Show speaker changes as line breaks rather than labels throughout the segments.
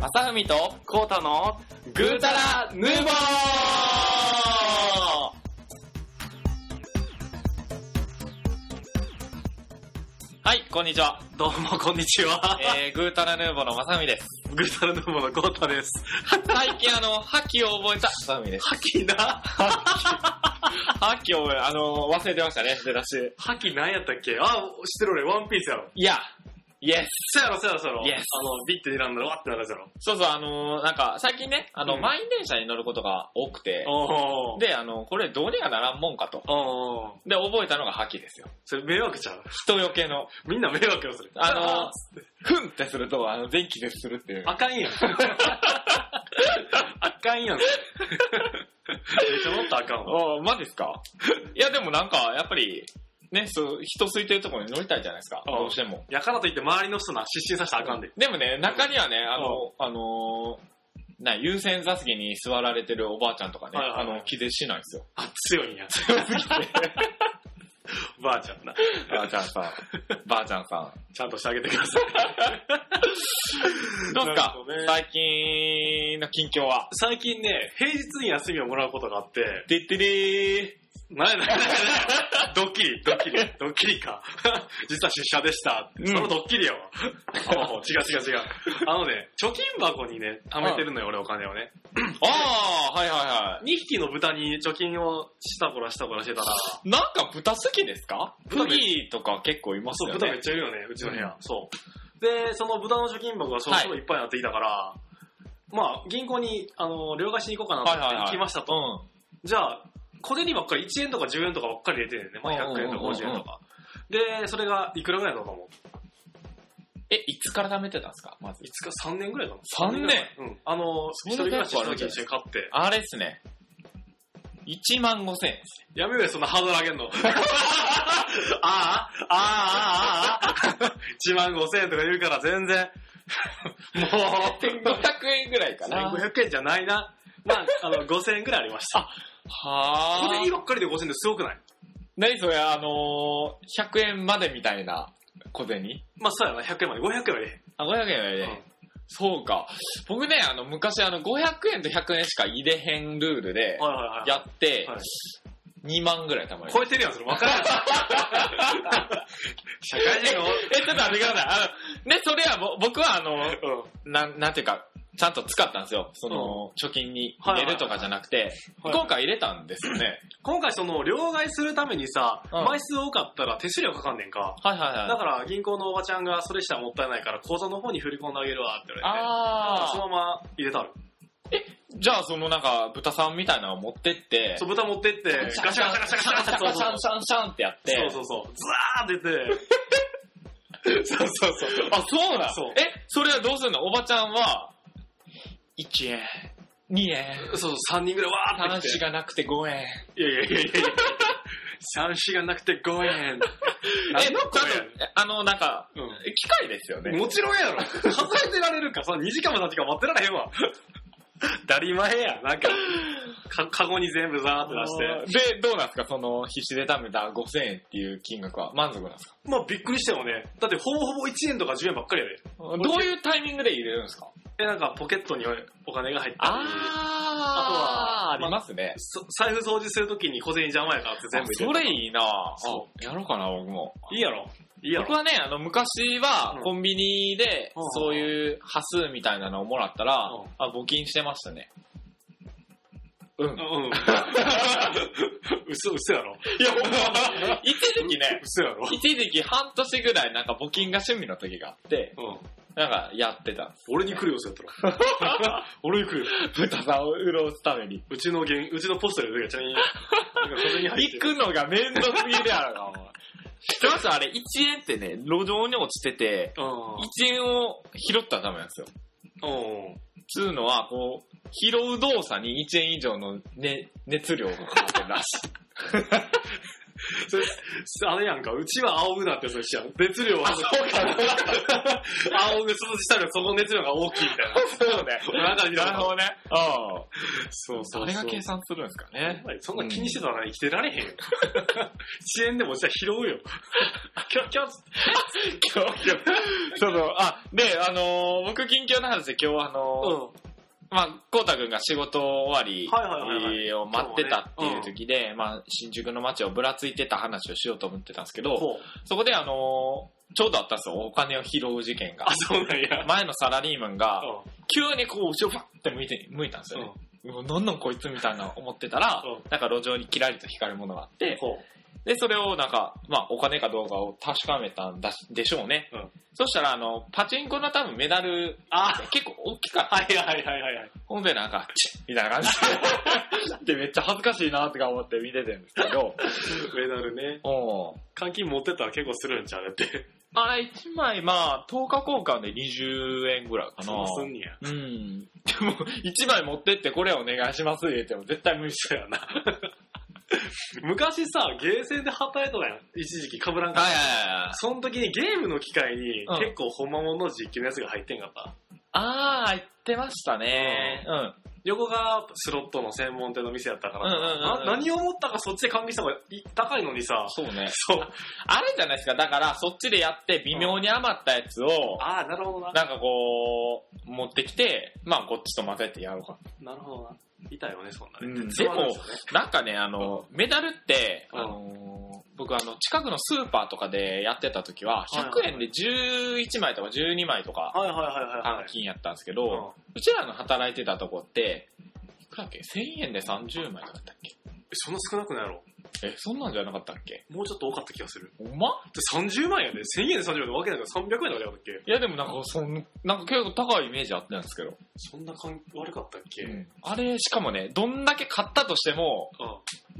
朝海とコータのグータラヌーボーはい、こんにちは。
どうも、こんにちは。
え ー、グータラヌーボーの正海です。
グータルヌーボのコータです。
最近あの、覇気を覚えた正海です。
覇気な、
覇気を覚え、あの、忘れてましたね、出だし。
覇気なんやったっけあ、知ってる俺、ワンピースやろ。
いや、イエス。
そやろ、そやろ、そやろ。
Yes
あの、ビッて選んだらわってなるやつやろ。
そうそう、あのなんか、最近ね、あの、
うん
満員電車に乗ることが多くて、
おー。
で、あの、これどうにかならんもんかと。
おー。
で、覚えたのが覇気ですよ。
それ迷惑ちゃう
人よけの。
みんな迷惑よ、それ。
あの ふんってすると、あの、電気でするっていう。
あかんやん。あかんやん。それめっちゃもっとあかんわ。
ああ、マジっすか いや、でもなんか、やっぱり、ね、そう、人空いてるところに乗りたいじゃないですか。
ああ
どうしても。
やからといって周りの人な、失神させたらあかんで。
でもね、中にはね、あの、あのーな、優先座席に座られてるおばあちゃんとかね、
はいは
あ
い
の、気絶しないんですよ。
あ、強いんや。
強すぎて。
ばあちゃんな。
ばあちゃんさん。ばあちゃん さ
ちゃんとしてあげてください。
ん。どうです
なる
か
ほどね
最近の近況は。
最近ね、平日に休みをもらうことがあって、
てってれー。
ないないないない。ドッキリ、ドッキリ、ドッキリか。実は出社でした。
うん
そのドッキリやわ。おう違う違う違う。あのね、貯金箱にね、貯めてるのよ、俺お金をね。
ああ、はいはいは
2匹の豚に貯金をしたこらしたこらしてたら、
い。なんか豚好きですか
豚
ブ
め
ギーとか結構います
そう、
よ
豚め
ね
っ。ちゃいるよね、うちの部
うん
屋。そう。で、その豚の貯金箱がそろそろいっぱいになってきたから、まあ、銀行に、あの、両替しに行こうかなと思
は
っ
い
て
はいはい
行きましたと。
うん。
じゃあ、小銭ばっかり1円とか10円とかばっかり入れてるね。まあ、100円とか50円とか。で、それがいくらぐらいだと思う
え、いつから貯めてたんですかまず
い。つか3年ぐらいかな。
三年
うん。あの、
そん
一
な
人暮らしし
結構あ
た
るんじ
時
ゃない
に一緒に買って。
あれっすね。1万5千円ですね。
やめようよ、そんなハードル上げ んの。ああ、ああ、ああ、ああ。1万5千円とか言うから全然。もう、
1500円ぐらいかな。
1500円じゃないな。まあ、あの、5000円ぐらいありました。
は
小
ぁ
銭。ばっかりで5000円ってすごくない
何それ、あのー、100円までみたいな小銭
まあ、そうやな、100円まで、500円まで。
あ、500円は入れへん
うん
そうか。僕ね、あの、昔あの、500円と100円しか入れへんルールで、
はいはいはい。
やって
はい、
2万ぐらい貯まりました
超えてるやん、それ。わからん。社会人の、
え、ちょっと待ってください。あの、ね、それはぼ僕はあの、
うん。
なん、なんていうか、ちゃんと使ったんですよ。その、貯金に入れるとかじゃなくて、
はい
今回入れたんですよね。
今回その、両替するためにさ、
うん
枚数多かったら手数料かかんねんか。
はいはいはい。
だから銀行のおばちゃんがそれしたらもったいないから口座の方に振り込んであげるわって言われて。
あ
そのまま入れたる。
ーじゃあそのなんか、豚さんみたいなのを持ってって、
そう、豚持ってって、ガシャガシャガシャガシャガシャ
シャンシャンシャンってやって、
そうそうそう。ズワーってて。そうそうそう。
あ、そうなん
そう
え、それはどうするのおばちゃんは、1円、2円、
そうそう、3人ぐらいわー
3
っ
子
て来て。
がなくて5円。
いやいやいやいやいや。三子がなくて5円。
え、なんか、あの、なんか、
う
機械ですよ
ん。
ね。
もちろんやろ。数えてられるか。その2時間も3時間待ってられへんわ。当たり前や。なんか、か、カゴに全部ザーって出して。
で、どうなんですかその、必死で貯めた5000円っていう金額は満足なんですか
まあびっくりしたよね。だってほぼほぼ1円とか10円ばっかりやで。
どういうタイミングで入れるんですか
え、なんかポケットにお金が入ったり、
あ
あとは
ありますね。
そ財布掃除するときに小銭邪魔やからって全部
そ
入れ
れ
る。
いいなあ
そ
やろうかな、僕も。
いいやろ。いいや
僕
ろ。
はね、あの、昔は
うん
コンビニで
うん、
そういう端数みたいなのをもらったら
うん、
あ、募金してましたね。うん。
うん。 嘘、嘘やろ。
いや、 僕は、一時期ね、
嘘やろ。
一時期半年ぐらいなんか募金が趣味の時があって、
うん。
なんかやって たんです。
俺に来るよ、そうやった ら。俺に来るよ。
豚さんを潤すために。
うちのげん、うちのポストで、ちなみに、なんか小銭入って
行くのがめんどすぎるやろな、お前。知ってますあれ、1円ってね、路上に落ちてて、1円を拾ったらダメなんですよ。
うん。うん。
つうのは、こう、拾う動作に1円以上の、ね、熱量がかかってるらしい。
それ、あれやんか、うちは仰ぐなってやつやん。熱量は。あ、そうか。仰ぐ、そのしたらその熱量が大きいみたいな。そうね。なんか見た
なるほどね。
そうそうそう。
誰が計算するんですかね。
そんな気にしてたら生きてられへんよ。 遅延でもじゃあ拾うよ。キャッキャッ
そうそう。あ、で、あのー僕、近況の話で今日、あのー
うん。
まあ、こうたくんが仕事終わり
はいはいはいはい
えーを待ってたっていう時で、まあ、新宿の街をぶらついてた話をしようと思ってたんですけど、
ほう。
そこで、あのーちょうどあったんですよ、お金を拾う事件が
あ、。そうなんや。
前のサラリーマンが、
うん
急にこう、後ろバッて向いて、向いたんですよね。うわなんなんこいつみたいな思ってたら
う、
なんか路上にキラリと光るものがあって、
ほ
で、それをなんか、まあ、お金かどうかを確かめたんだし、でしょうね。
うん
そしたら、あの、パチンコの多分メダル、
あ
結構大きかった。
はいはいはいはいはい。
ほんでなんか、チッみたいな感 じで。で、めっちゃ恥ずかしいなとか思って見ててんですけど、
メダルね。
おう
換金持ってったら結構するんちゃうだって。
あれ1枚、まあ、10日交換で20円ぐらいか
そん
な
な。すんねや。
うん。でも、1枚持ってってこれお願いします言っても絶対無理し
そうやな。昔さ、ゲーセンで働いとったやん。一時期被らんかった。
はい
その時にゲームの機械に
うん
結構本物の実機のやつが入ってんかった。
あー、言ってましたね。うん。
横がスロットの専門店の店やったからさ、
うんうんうんうん
な何を思ったかそっちで換金した方がい高いのにさ、
そうね。
そう。
あれじゃないですか。だから、そっちでやって微妙に余ったやつを、
ああ、なるほどな。
なんかこう、持ってきて、まあこっちと混ぜてやろうか。
なるほどな。いたよね、そんなね。
うん
つまらんすよね、
なんかね、あの、メダルって、
うん
あのー、僕あの、近くのスーパーとかでやってた時は、
いはいは
100
い
円で11枚とか12枚とか、
はいはいはいはい、はい
換。金やったんですけど、うちらの働いてたとこって、いくらだっけ ?1000 円で30枚とかだったっけ
えそんな少なくないやろ
え、そんなんじゃなかったっけ
もうちょっと多かった気がする。
ほんま
で30万円やで、1000円で30万円でわけないから300円とかじゃなかったっけ
いやでもなんか、そん、なんか結構高いイメージあったんですけど。
そんな感悪かったっけ、うん
あれ、しかもね、どんだけ買ったとしても、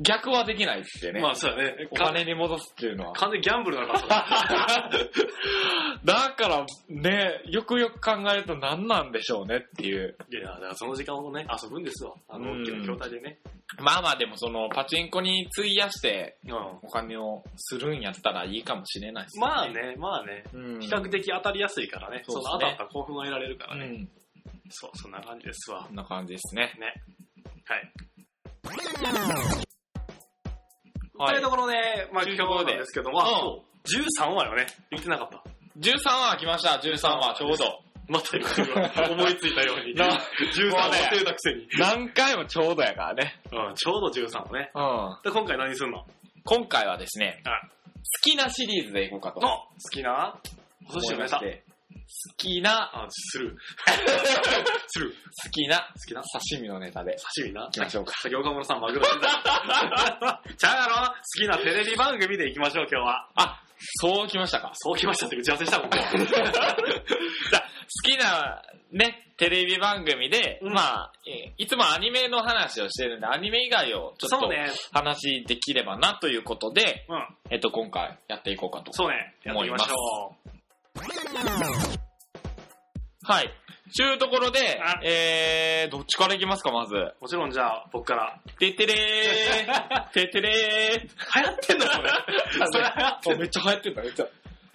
逆はできないってね。
まあそうだね。
お金に戻すっていうのは。
完全にギャンブルだからさ。
だから、ね、よくよく考えると何なんでしょうねっていう。
いや、だからその時間をね、遊ぶんですわ。あの、
うん
大きな筐体でね。
まあまあでもその、パチンコに費やして
うん。
お金をするんやったらいいかもしれないですね。
まあね、まあね。
うん、
比較的当たりやすいからね。
そ
そう
ですね
の当たったら興奮は得られるか
う
らね。
ん。
そう、そんな感じですわ
こ。んな感じですね。
ね。はい。
は
とい
いう
と。ころで、まあ
とい
今
うところ
日
で
なんですけど、
う
まあ、13話よね。言ってなかった。
13話来ました、13話、ちょうど。
また今思いついたように。13
な
話忘れたくせに。
何回もちょうどやからね。
うん、ちょうど13話ね。
うん。
で、今回何すんの
今回はですね、
はい
好きなシリーズでいこうかと
お好きなお
思い
寿司の
ま
ネ
し
タ。
て、好きな、
あ、す る。する。
好きな
好きな
刺身のネタで
刺身な。
いきましょうか。
先岡村さんマグロ。 ちゃうやろ好きなテレビ番組で行きましょう、今日は。
あ、そうきましたか。
そうきましたって打ち合わせしたもん。
好きな、ね、テレビ番組で、
う ん
まあ、えいつもアニメの話をしてるんで、アニメ以外をちょっ
そう
と
ね。
話できればなということで、
うん。
えっと、今回やっていこうかと。
そうね。やっていきましょ
はい。ちゅうところで
あ、
えー、どっちからいきますか、まず。
う。もちろんじゃあ、僕から。
てってれー てってれー
流行ってんの それ。それ流行ってん
あめっちゃ流行ってんだ、めっちゃ。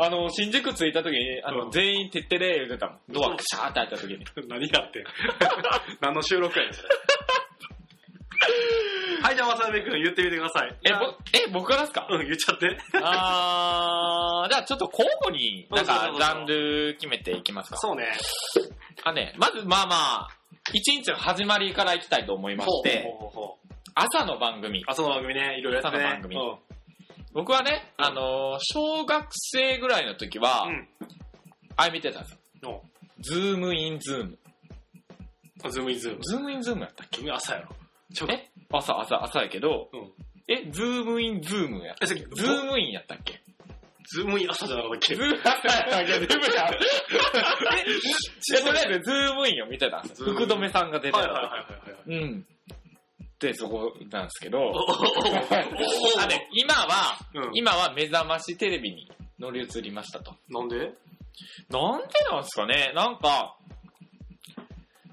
あの、新宿着いた時に、あの、
うん
全員てってれー言うてたもん。ドアクシャーって開いた時に。
の何 やってん何の収録やねん、それ。はい、じゃあ、わさびくん言ってみてください。
え、ぼ、え、僕からですか
うん、言っちゃって。
あー、じゃあちょっと交互に、なんか
う、んそう
ジ
そうそう
ャンル決めていきますか。
そうね。
あね、まず、まあまあ、一日の始まりからいきたいと思いまして、
ほうほうほうほう
朝の番組。
朝の番組ね、いろいろやってね。
朝の番組
うん
僕はね、
うん
あのー、小学生ぐらいの時は、あれ見てたんですよ。
うん。お
ズームインズーム。
ズームインズーム。
ズームインズームやったっ
ズーム朝やろ。ちょ
けえ朝、朝、朝やけど、
うん
え、ズームインズームやった
え、さっき、
ズームインやったっけ
ズームイン朝じゃなかったっけ
ズームインやったっけとりあえず、ズームインを見てたんですよ。
ズームイ
福
ン
留さんが出て
はい
た
はいはい
時。
はいは
う
い。
ん。で、そこなんですけど、
お
あね、今は、
うん
今は目覚ましテレビに乗り移りましたと。
なんで
なんでなんですかねなんか、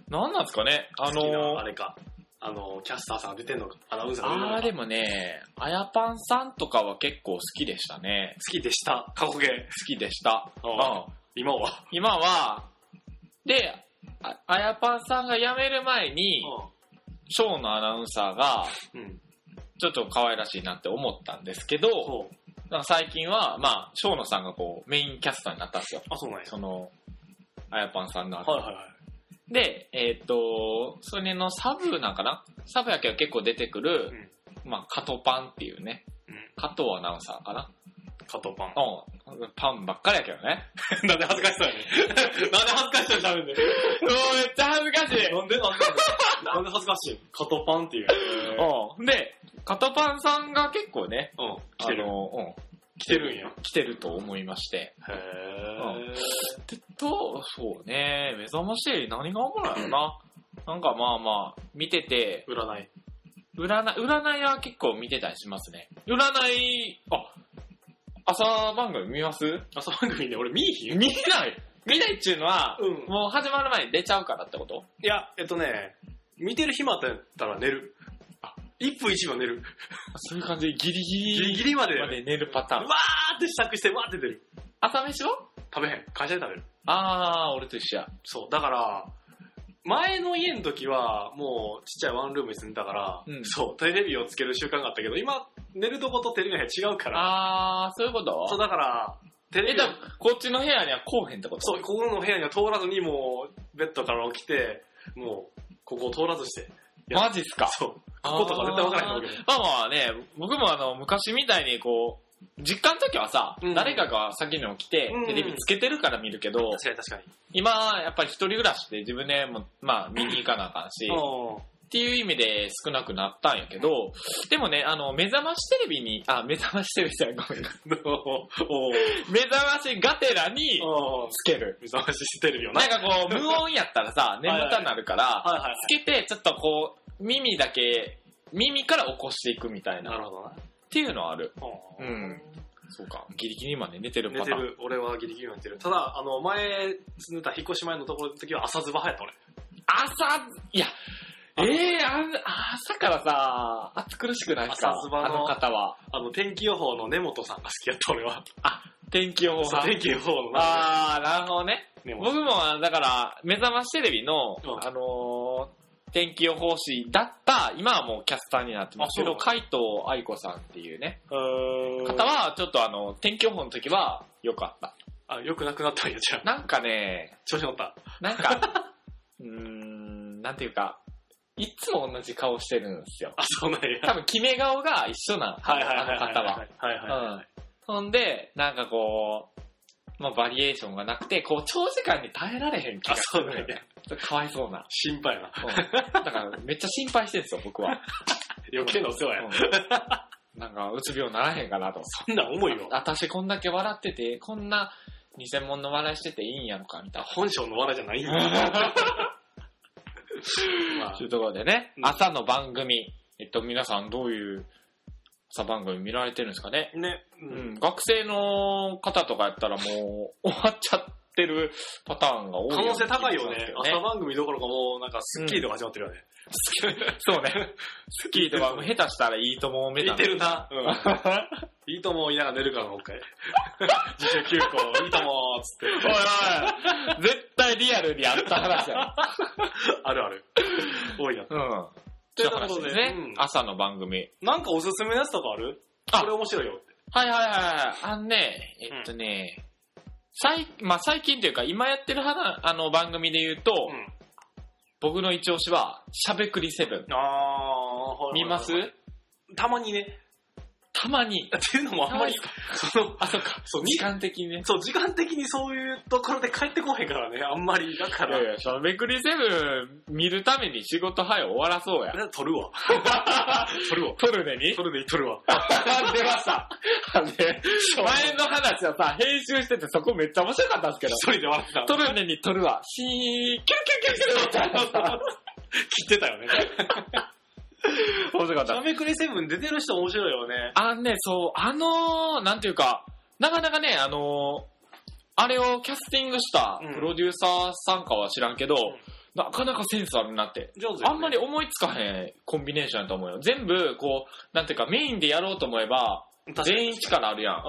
なんなんですかねあ
あの
の
あれか。あの、キャスターさんが出てんのか、アナウンサーが出てんの
あ
か
ー、でもね、あやぱんさんとかは結構好きでしたね。
好きでした。過去形。
好きでした。う
あ
ん。
今は。
今は、で、ああやぱんさんが辞める前に、ショーのアナウンサーが、
うん。
ちょっと可愛らしいなって思ったんですけど、
そう。
なんか最近は、まあ、ショーのさんがこう、メインキャスターになったんですよ。
あ、そうなんや。
その、あやぱんさんの後
はいはいはい。
で、えーっと、それのサブなんかなサブやけど結構出てくる、まあ、カトパンっていうね、
うん
加藤アナウンサーかな
加藤パン。
うん。パンばっかりやけど ね。
なんで恥ずかしそうやねん。なんで恥ずかしそうに喋ん
うめ
ねん。
っちゃ恥ずかしい
なんでなんでなんで恥ずかしいカトパンっていう。
うん。で、カトパンさんが結構ね、
うん。来てる
あ。の、うん。
来てるんや。へ
来てると思いまして。
え。
でと、そうね、目覚ましテレビ何が起こるんやろな。なんかまあまあ、見てて、
占い。
占い、占いは結構見てたりしますね。占い、あ、朝番組見ます
朝番組で俺見えひん
見ない見ないっちゅうのは、
うん。
もう始まる前に出ちゃうからってこと
いや、えっとね、見てる暇だったら寝る。あ、一分一秒寝る。
そういう感じでギリ
ギ
ギ
リギリまで。
まで寝るパターン
うわーって支度して、うわーって出る。
朝飯は
食べへん。会社で食べる。
あー、俺と一緒や。
そう。だから、前の家の時は、もう、ちっちゃいワンルームに住んでたから、
うん
そう、テレビをつける習慣があったけど、今、寝るとことテレビの部屋違うから、
あー、そういうこと
そう、だから、テレ
え、
ビを
だ、こっちの部屋にはこうへんってこと
そう、ここの部屋には通らずに、もう、ベッドから起きて、もう、ここを通らずして、
マジっすか
そう、こことか絶対分からへんわけよ。
まあまあね、僕もあの、昔みたいにこう、実家の時はさ、
うん
誰かが先に起きて
うんうん、
テレビつけてるから見るけど、
確かに確かに。
今、やっぱり一人暮らしで自分でも、まあ、見に行かなあかんし、
うん
っていう意味で少なくなったんやけど、でもね、あの、目覚ましテレビに、あ、目覚ましテレビじゃないごめんな
おー
目覚ましがてらに
おー
つける。
目覚ましテレビをな。
なんかこう、無音やったらさ、眠たなるから、
はいはい。
つけて、ちょっとこう、耳だけ、耳から起こしていくみたい
な
な、っ
るほどな。
ていうのはある。
うん
うんそうか、ギリギリまで寝てる
寝
パ
て
ターン。
る、俺はギリギリは寝てる。ただ、あの、前住んでた引っ越し前のところの時は朝ズバ早やった俺。
朝、いや、ええー、あ朝からさ、暑苦しくないですか
朝ズバの
あの方は。
あの、天気予報の根本さんが好きやった俺は。
天気予報
そう
さん。
天気予報のな
あー、なるほどね。
根本さん。
僕もあの、だから、目覚ましテレビの、
うん
あのー天気予報士だった、今はもうキャスターになってますけど、
あそう
海藤愛子さんっていうね、
方
方は、ちょっとあの、天気予報の時は、良かった。
あ、よくなくなったんや、じゃあ。
なんかね、
調子乗った。
なんか、うーん、なんていうか、いつも同じ顔してるんですよ。
あ、そうなんや。
多分、決め顔が一緒なん、あのあの方は。
はいはいはい。
うん。ほんで、なんかこう、まあ、バリエーションがなくて、こう、長時間に耐えられへん気がするんだよね。ちょっとかわいそうな。
心配やな。
だからめっちゃ心配してるんですよ、僕は。
余計なお世話や。
うんなんか、うつ病ならへんかなと。
そんなん重いよ。
あ私こんだけ笑ってて、こんな偽物の笑いしてていいんやろか、みたい
本性の笑いじゃないんや。
な。
まあ
というところでね
う、ん
朝の番組、えっと、皆さんどういう朝番組見られてるんですかね。
ね。う。
うんん、学生の方とかやったらもう、終わっちゃってるパターンが多い
可能性高いよ
気がす
ね
る。んです
朝番組どころかもう、なんか、スッキリとか始まってるよね。
そうね。スキーとかも下手したらいいともめ
見
た
てるな。うん。いいとも言いながら寝るから、もう一回。 自主休校、いいともーっつって。
おいおい、絶対リアルにあった話や。
あるある。多いな。
うん。と
とい
いうう
こと
話
で
ですね、
うん
朝の番組。
なんかおすすめのやつとかある
あ
これ面白いよって。
はいはいはいはい。あのね、えっとね、最、まあ、最近というか、今やってる花あの番組で言うと、
うん。
僕の一押しは、しゃべくりセブン。
あー、
見ます
たまにね。
たまに。
っていうのもあんまり
た、
その、
あ、そっか。
そう、
時間的にね。
そう、時間的にそういうところで帰ってこへんからね、あんまり。だか
い
ら、
やいや、しゃべくりセブン見るために仕事早う終わらそうや。
取るわ。取るわ。
撮るねに
取るで取るわ。
出ました。 で前の話はさ、編集しててそこめっちゃ面白かったんですけど
一、人で笑ってた。
撮るねに撮るわ。シー、キュルキュルキュルキュルって さ
切ってたよ ね。
面白かっ
しゃ
た。
べくりセブン出てる人面白いよね。
あのね、そう、あのー、なんていうか、なかなかね、あのー、あれをキャスティングした
うん
プロデューサーさんかは知らんけど、
ん
なかなかセンスあるなって。
上手、
あんまり。思いつかへんコンビネーションやと思うよ。全部、こう、なんていうかメインでやろうと思えば、
確かに。
全員力あるやん。
う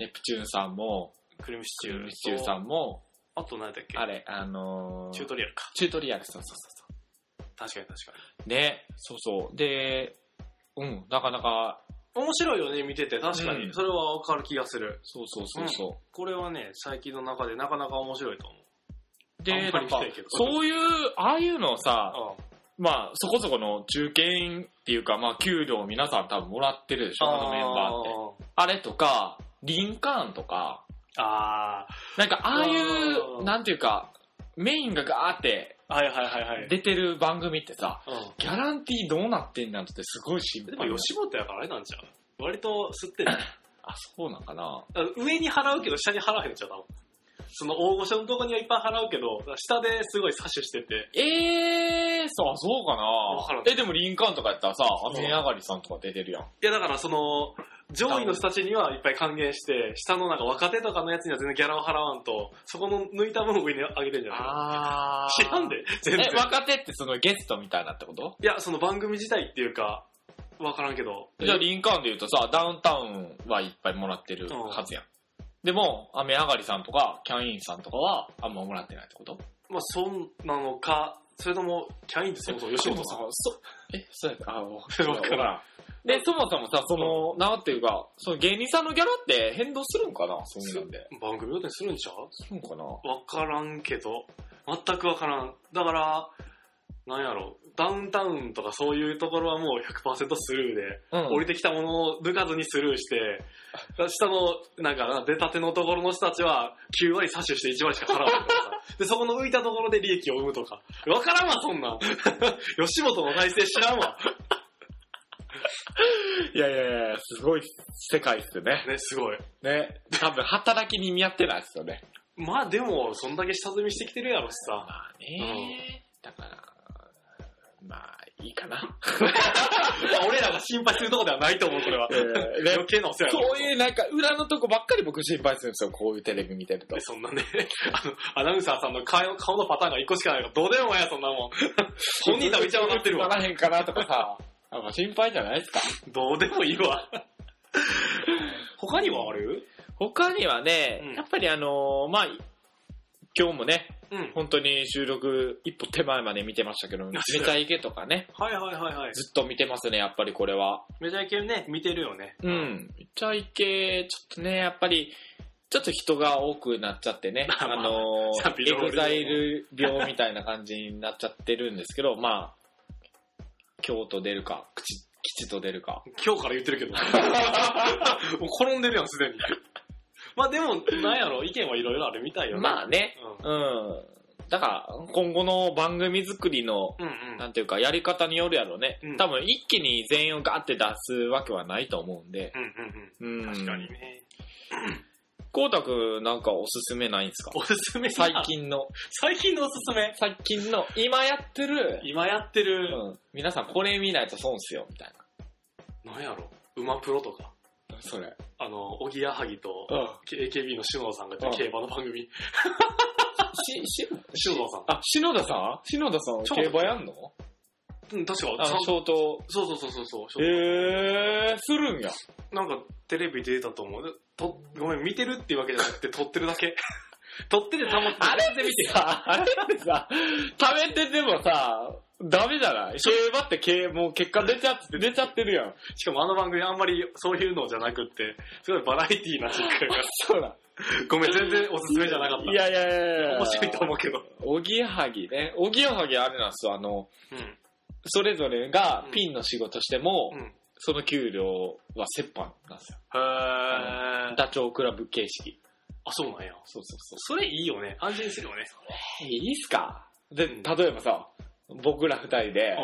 ネプチューンさんも、
ん。クリームシチ
ユ
ュー。
ーチューンさんも、
あと何だっけ
あれ、あのー、
チュートリアルか。
チュートリアル、そうそうそうそ
確かに確か
う。ね、そうそう。で、うん、なかなか、
に。面白いよね、見てて。確か
う
に。
ん
それはわかる気がする。
そうそうそうそう。
これはね、最近の中でなかなか面白いと思う。
で、
あんま
な
り
ん
し
か
ないけど、
そういう、ああいうのをさ、
あ
まあ、そこそこの中堅っていうか、まあ、給料皆さん多分もらってるでしょ、あのメンバーって。あれとか、リンカーンとか、
あ
なんか、ああい
あ
う、
ー
なんていうか、メインがガーって
ー。はいはいはいはい。
出てる番組ってさ、
うん
ギャランティーどうなってんなんてすごい心
で
配。
も吉本やからあれなんじゃう割と吸ってる。
あ、そうなんかな。
あの上に払うけど下に払わへんじゃん、多分その大御所のとこにはいっぱい払うけど、下ですごい詐取してて。
ええー、そう、そうか
わから。
なんえ、でもリンカーンとかやったらさ、雨上がりさんとか出てるやん。
いやだからその、上位の人たちにはいっぱい還元して、下のなんか若手とかのやつには全然ギャラを払わんと、そこの抜いた分を上に上げてんじゃない
あ
知らんで、全然
え、。若手ってそのゲストみたいなってこと
いや、その番組自体っていうか、わからんけど。
じゃあ、リンカーンで言うとさ、ダウンタウンはいっぱいもらってるはずやん。でも、雨上がりさんとか、キャインさんとかは、あんまもらってないってこと
まあ、そんなのか、それとも、キャインってそもそも吉本さん。
そ、え、そうやったあ、わ
わからん
ん。で、そもそもさ、その、なんていうか、その芸人さんのギャラって変動するんかなそういうので。
番組予定するんちゃう
するんかな
わからんけど、全くわからん。だから、なんやろ、ダウンタウンとかそういうところはもう100%スルーで、
うん
降りてきたものを抜かずにスルーして、下の、なんか、出たてのところの人たちは9割詐取して1割しか払わないからさ。で、そこの浮いたところで利益を生むとか。わからんわ、そんなん。 吉本の体制知らんわ。
いやいやいや、すごい世界っすよね。
ね、すごい。
ね。多分、働きに見合ってないっすよね。
まあでも、そんだけ下積みしてきてるやろしさ。
まあね、だから、まあ、いいかな。
まあ俺らが心配するとこではないと思う、これは。
で
余計なお世話やろ
そういうなんか裏のとこばっかり僕心配するんですよ、こういうテレビ見てると
で。そんなね、 あの、アナウンサーさんの顔顔のパターンが一個しかないから、どうでもええや、そんな もん。本人とはめっちゃ分かってるわ。
ならへんかなとかさ、あまあ心配じゃないですか。
どうでもいいわ。他にはある
他にはね、
うん
やっぱりあのーまあ、今日もね、
うん。
本当に収録一歩手前まで見てま したけど、めちゃイケとかね、
はいはいはいはい。
ずっと見てますね、やっぱりこれは。
メジャー系ね、見てるよね。
うん。めちゃイケ、ちょっとね、やっぱり、ちょっと人が多くなっちゃってね、
ま
あ
あまあ
の
賛否両
エ
論
グザイル病みたいな感じになっちゃってるんですけど、まあ、京都出るか、口、吉と出るか。
今日から言っ てるけど。もう転んでるやん、すでに。まあでも、なんやろ、意見はいろいろあるみたいよね。
まあね、
う
うん。だから、今後の番組作りの、
ん。うんう。
なんんていうか、やり方によるやろうね。
うん
多分、一気に全員をガーって出すわけはないと思うんで。
うんうん
うん。
うん。確かに。ね。
光太くんなんかおすすめないんですか
おすすめ
最。近の。
最近のおすすめ。
最近の、今やってる、
今やって
う
る、
ん、皆さんこれ見ないと損っすよ、みたい
なんやろ、馬プロとか。
な。それ。
あの、おぎやはぎと、
うん。
AKB の篠田さんがやってる競馬の番組。
し、し、
篠田さん。
あ、篠田さん篠田さん、
ちょ
競馬やんの
うん、確か、
あ
さん
の、ショート。
そうそうそうそうそうそう、
えー、するんや。
なんかテレビ出てたと思う。とごめん、見てるっていうわけじゃなくて、撮ってるだけ。 撮っててたまって。
あれって見てさ、あれってさ、食べててもさ、ダメじゃない競馬って競、もう結果出ちゃって、出ちゃってるやん。
しかもあの番組あんまりそういうのじゃなくって、すごいバラエティーな実家が。
そうだ。
ごめん、全然おすすめじゃなかった。
いやいやいやいや
面白いと思うけど。
おぎやはぎね。おぎやはぎあれなんですよ。あの、
うん。
それぞれがピンの仕事しても、
うん。へ
その給料は折半なんですよ。
ー。あ、
ダチョウ倶楽部形式。
そうなんや。
そうそうそ
それいいよね。安心するよね。
う。いいっすかで、
うん
例えばさ、僕ら二人で、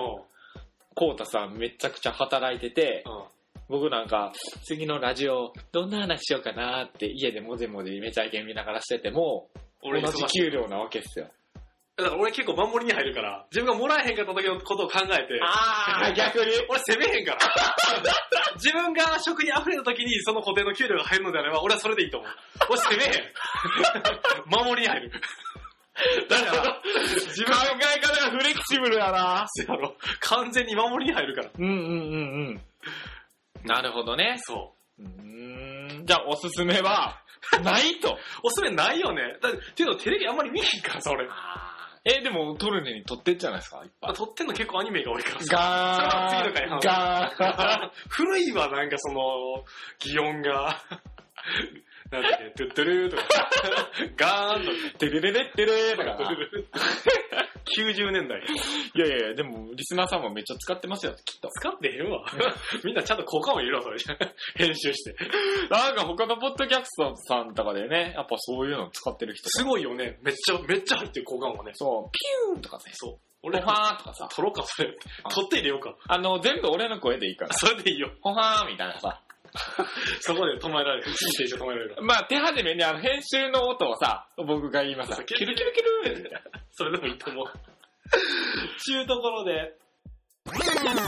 こうたさんめちゃくちゃ働いてて
う、ん。うん。
僕なんか、次のラジオ、どんな話しようかなって家でもぜもぜめちゃイケ見ながらしてても、同
俺忙しい
じ給料なわけっすよ。
だから俺結構守りに入るから、自分がもらえへんかった時のことを考えて、
あー、逆に。
俺責め へんから。自分が食に溢れた時にその固定の給料が入るのであれば、俺はそれでいいと思う。俺責めへん。守りに入る。だから、
自分考え方がブルやな。
せやろ。完全に守りに入るから。
うんうんうんうん。なるほどね。
そう
ーん。じゃあ、おすすめ は、ないと。
う。おすすめないよね。だって、っていうのテレビあんまり見へんからさ、俺。
え、でも、撮るのに撮ってっじゃないですか、いっぱ
あ
い。
撮ってんの結構アニメが多いからさ。
ガ
それは
ー。
次の
ガー。
古いわ、なんかその、擬音が。 なんだっけ、トゥット ゥルーとか、ガーンとか
てれれれってれーだか
トゥ
ら。
ルルル、90年代。
いやいやいや、でも、リスナーさんもめっちゃ使ってますよ、きっと。
使ってへんわ。 みんなちゃんと効果も入れろ、それ。 編集して。
なんか他のポッドキャストさんとかでね、やっぱそういうの使ってる人
すごいよね。めっちゃ、めっちゃ入ってる効果もね。
そう、ピューンとかね、
そう。
ホ
俺、
ファーンとかさ、
撮ろうか、それ。撮って入れようか。
あの、全部俺の声でいいから、
それでいいよ。
ホファーンみたいなさ、
そこで止められる。一時停止止められるか
まあ手始めにあの編集の音をさ、僕が言います
そ
さ、
う
キルキルキルみたいな。
ら。それでもいいと思う。ちゅうところで。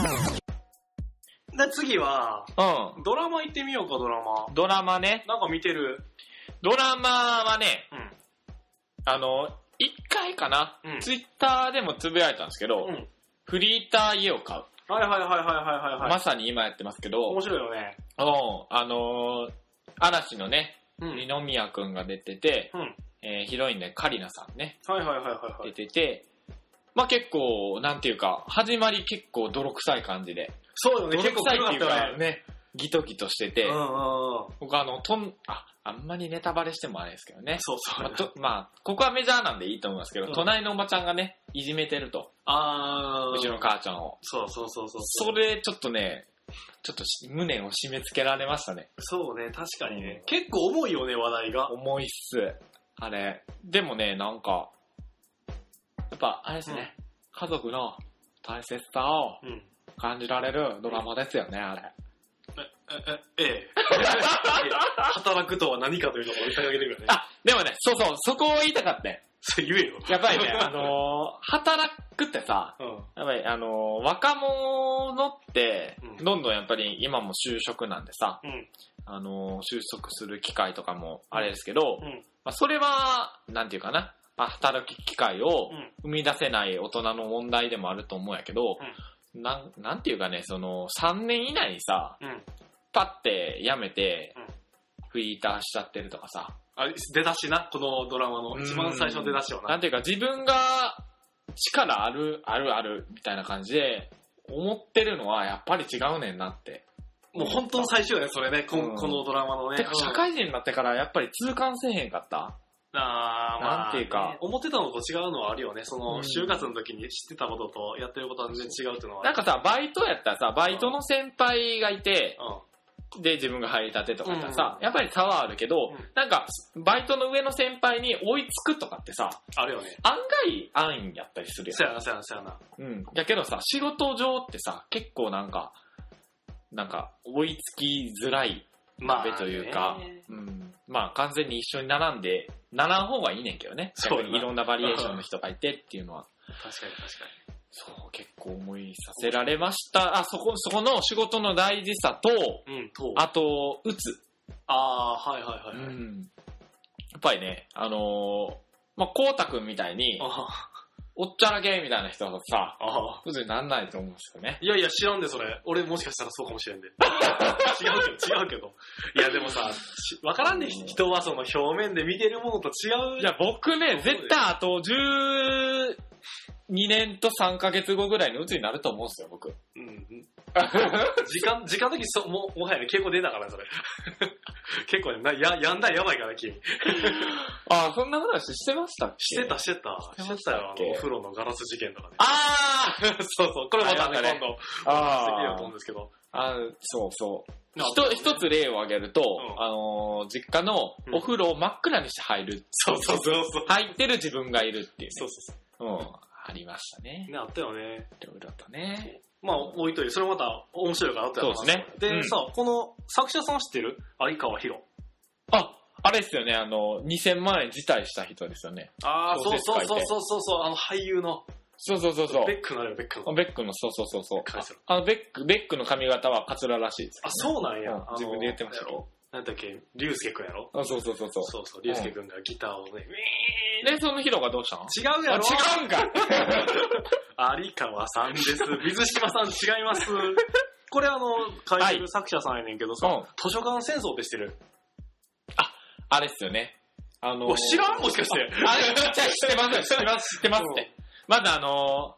で、次は、
う
ドラマ行ってみようか、ドラマ。
ん。ドラマね、
なんか見てる。
ドラマはね、
うん。
あの、一回かな、
うん
ツイッターでもつぶやいたんですけど、
うん。
フリーター家を買う、
はいはいはいはいはいはい、はい。
まさに今やってますけど、うん
面白いよね。、
あのー嵐のね、
うん。はい
二宮くんが出てて、
うん
えーヒロインでカリナさんね、
はいはいはいは
出
い。
てて、まあ結構、なんていうか、始まり結構泥臭い感じで、
そうよね、
泥
結構
臭い
黒
って
かっ
いう
た
か
よね。
ね、ギトギトしてて、
うんうんうん。
僕あの、とん、あ、あんまりネタバレしてもあれですけどね。
そうそ
まあ、
う。
とまあここはメジャーなんでいいと思いますけど、
うん
隣のおばちゃんがね、いじめてると、
あ
うちの母ちゃんを。
そうそうそうそう。
それ、ちょっとね、ちょっとし胸を締め付けられましたね。
そうね、確か
う
にね
ん。
結構重いよね、話題が。
重いっす。あれ。でもね、なんか、やっぱ、あれですね、家族の大切さを
うん。
感じられるドラマですよね、あれ。
え、え、ええ。 働くとは何かというところを疑ってるからね。
あ、でもね、そうそう、そこを言いたかったね。
それ言えよ。
やっぱり ね、あのー働くってさ、
うん。
やっぱりあのー若者って
う、ん
どんどんやっぱり今も就職なんでさ、
うん
あのー就職する機会とかもあれですけど、
うん。
まあ、それは、なんていうかな、まあ働き機会を
うん
生み出せない大人の問題でもあると思うんやけど、なんなんていうかね、その、3年以内にさ、
うん。
パッて辞めて
うん、
フリーターしちゃってるとかさ、
あれ、出だしな、このドラマの。一番最初の出だしは
なん
な。
ていうか自分が力ある、あるあるみたいな感じで、思ってるのはやっぱり違うねんなって。
もう本当の最初よね、それね。こ
うん
んこのドラマのね。
てか社会人になってからやっぱり痛感せえへんかった。
あーまあ、
なんていうか
思ってたのと違うのはあるよね。その、
うん
就活の時に知ってたこととやってることは全然違うっていうのはあ
なん
る。
かさ、バイトやったらさ、バイトの先輩がいて、で自分が入りたてとかやったらさ、
う
やっぱり差はあるけど、
うん
なんか、バイトの上の先輩に追いつくとかってさ、
うん。あるよね。
案外安易やったりする
そ
や
やな、そやな、そやな。
ん。うん。だけどさ、仕事上ってさ、結構なんか、なんか、追いつきづらい
まあ、
壁というか
ね、
うん、まあ完全に一緒に並んで、並ん方がいいねんけどね。
そうやな
逆にいろんなバリエーションの人がいてっていうのは、
確かに確か
そう、結構思いさせられました。あ、そこ、そこの仕事の大事さと、
に。うん、と。
あと、打つ。
あー、はいは
う
いはい。はい
ん。やっぱりね、あのー、まあ、こうたくんみたいに、
あ
おっちゃらけみたいな人はさ、
ーあ
普通になんないと思うんですよね。
ー。いやいや、知らんで、それ。俺もしかしたらそうかもしれ んで。違うけど、違うけど。いや、でもさ、しわからんね、人はその表面で見てるものと違う。
いや、僕ね、
そうです
絶対あと12年と3ヶ月後ぐらいに鬱になると思うんですよ、僕。
うんうん。時間、時間の時、そう、もう、もはやね、結構出たから、それ。 結構ね、なや、やんだらやばいから、君。
あ、そんな話してましたっけ
してた、してた。
て
し
ま
て
したたっ
よ、あ
け
の、お風呂のガラス事件とかね。
あー
そうそう、これまたね、
あやったね
今度、してみよ
あ
うと思うん
ー
ですけど。
あーそうそう。
あ
ひと一つ例を挙げると、
うん
あのー実家のお風呂を真っ暗にして入る。
そうそうそうそう。
入ってる自分がいるっていう、ね。。
そうそうそう
ん。ありましたね。
う。ね、あったよね。
いろいろとね。
まあ、置いといて、それまた面白いからって
そうですねう
で、
ん
さ、この作者さん知ってる相川博。
あ、あれですよね、あの、2000万円辞退した人ですよね。
あ
ー
そうそう
小説書
そ
いうて
そうそうそう、あの俳優の、
そうそうそうそう。
ベックのあれよ、ベックの。
ベックの、そうそうそうそう
返せろ。
あの、ベック、ベックの髪型はカツラらしいです。
あ、そうなんや
うん。自分で言ってましたけど
よ。なんだっけ、竜介くんやろ
あそうそうそうそう。
そうそう、竜介くんがギターをね、ウィーン
で、そのヒロがどうしたの
違うやろ
あ違うんか
あ有川さ んです。水島さん違います。これあの、書いてる作者さんやねんけどさ、
うん
図書館戦争ってしてる。
あれっすよね。あのー
お知らんもしかして。
あれ、じゃあ知ってます、知ってます、知ってますって。まずあのー、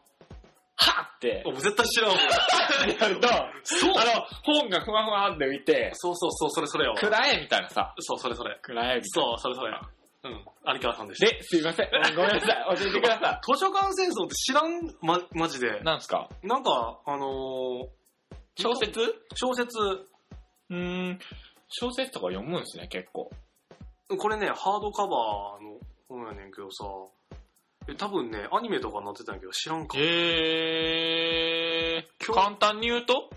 はっって
お絶対知らんわ。
やると、あ
そう
の、本がふわふわって浮いて、
そうそうそう、それそれよ。
くらえみたいなさ。
そう、それそれ。
くらえみ
そう、それそれ。うん、有川さんでした。
で、すいません。ごめんなさい。教えてくださ
図書館戦争って知らん、ま、マジで
い。。なんですか
なんか、あのー
小説
小説、
うーん、小説とか読むんですね、結構。
これね、ハードカバーの本やねんけどさ、え多分ね、アニメとかになってたんやけど知らんか。
へえ
今日
簡単に言うと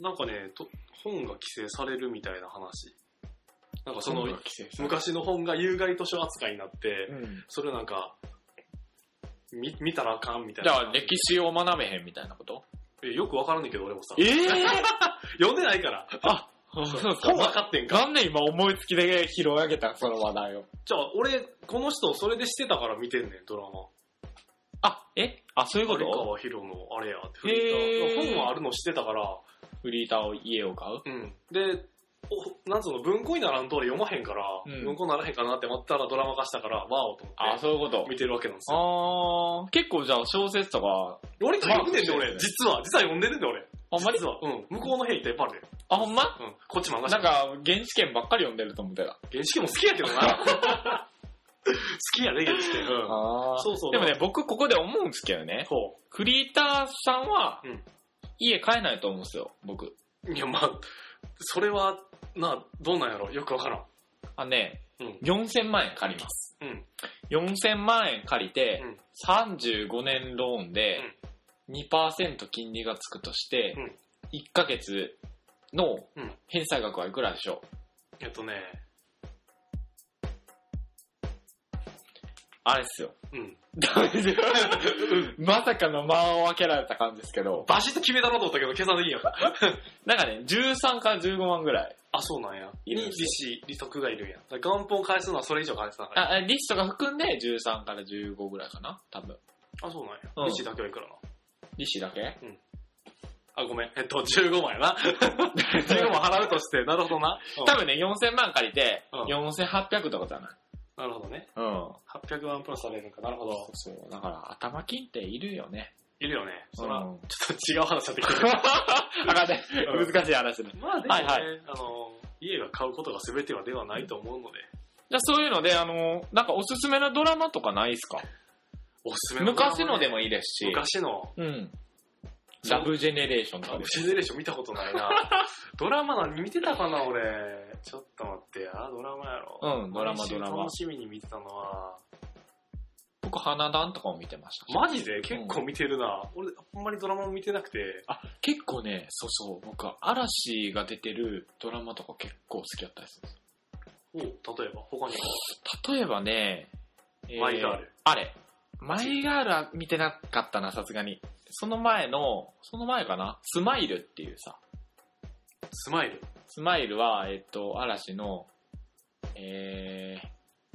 なんかねと、本が規制されるみたいな話。なんかその、
昔、
昔の本が有害図書扱いになって、
うん
それなんか、見見たらあかんみたい
じ
な。
ゃあ歴史を学べへんみたいなこと
えよくわからんねんけど、俺もさ。
ええ
読んでないから。
あ、 そう
本わかってんか。
なんで今思いつきで拾い上げたその話題を。
じゃあ、俺、この人、それでしてたから見てんねん、ドラマ。
あ、えあ、そういうこ
有
と
川博のあれやって
へー
本はあるのしてたから、
フリーターを家を買う
うん。で、おなんつうの、文庫にならんと俺読まへんから、
うん
文庫にならへんかなって思ったらドラマ化したから、わおと思
あ、
って、
そういうこと
見てるわけなんですよ。
あー、結構じゃあ小説とか、
俺と読んでんで、俺。
まあ
実は、実は読んでるんで、俺。
あんまり
実は、うん。向こうの兵いっぱいあるで。
あ、ほんま
うん。こっち漫画し
な
か
んか、原始圏ばっかり読んでると思ってた。
原始圏も好きやけどな。好 きやね、原始圏。うん。
あ
そうそう。
でもね、、僕ここで思うんですけどね、
ほ
フリーターさんは
うん、
家買えないと思うんですよ、僕。
う。いや、まあ、それは、な、どうなんやろよくわからん。
あね、
うん
4000万円借ります。
うん。
4000万円借りて、
うん
35年ローンで、2%金利がつくとして、
うん
1ヶ月の
うん
返済額はいくらでしょう
えっとね、
あれっすよ。
うん。
ダメですよ。 まさかの間を開けられた感じですけど、
バシッと決めたなと思ったけど、計算できんやん。
なんかね、13から15万ぐらい。
あ、そうなんや。
い
に
るん
利
です
子、利息がいるんや。だから元本返すのはそれ以上返すなから。
あ、あリストが含んで13から15ぐらいかな多分。
あ、そうなん
うん
や。利子だけはいくらな。
利子だけ
あ、ごめん。えっと、15万や な。15万払うとして、なるほどな。うん
多分ね、4000万借りて、
うん
4800とかじゃない
なるほどね。
うん。
800万プラスされるのか。なるほど。
そうそう。だから、頭金っているよね。
いるよね。そら、
うん
ちょっと違う話になってきて
あかんね。
うん
難しい話ね。
る。 まあでもね、
はいは
あの、家が買うことが全てはではないと思うので、
じゃあそういうので、あの、なんかおすすめのドラマとかないですか
おすすめのドラマ
昔
ね
のでもいいですし。
昔の、
うん。ラブジェネレーションと
ラ
か
ブ
です。
ジェネレーション見たことな いな。ドラマなん見てたかな、俺。ちょっと待ってや、ドラマやろ。
うん、ドラマドラマ
楽。しみに見てたのは、
僕、花壇とかを見てました。
マジで結構見てるな。俺、あんまりドラマ見てなくて。
あ、結構ね、そうそう、僕は嵐が出てるドラマとか結構好きだったりするんです
お例えば、他に
よ。
は。
例えばね、え
マイガール。
あれ。マイガールは見てなかったな、さすがに。その前の、その前かなスマイルっていうさ、
スマイル。
スマイルは、えっと、嵐の、えー、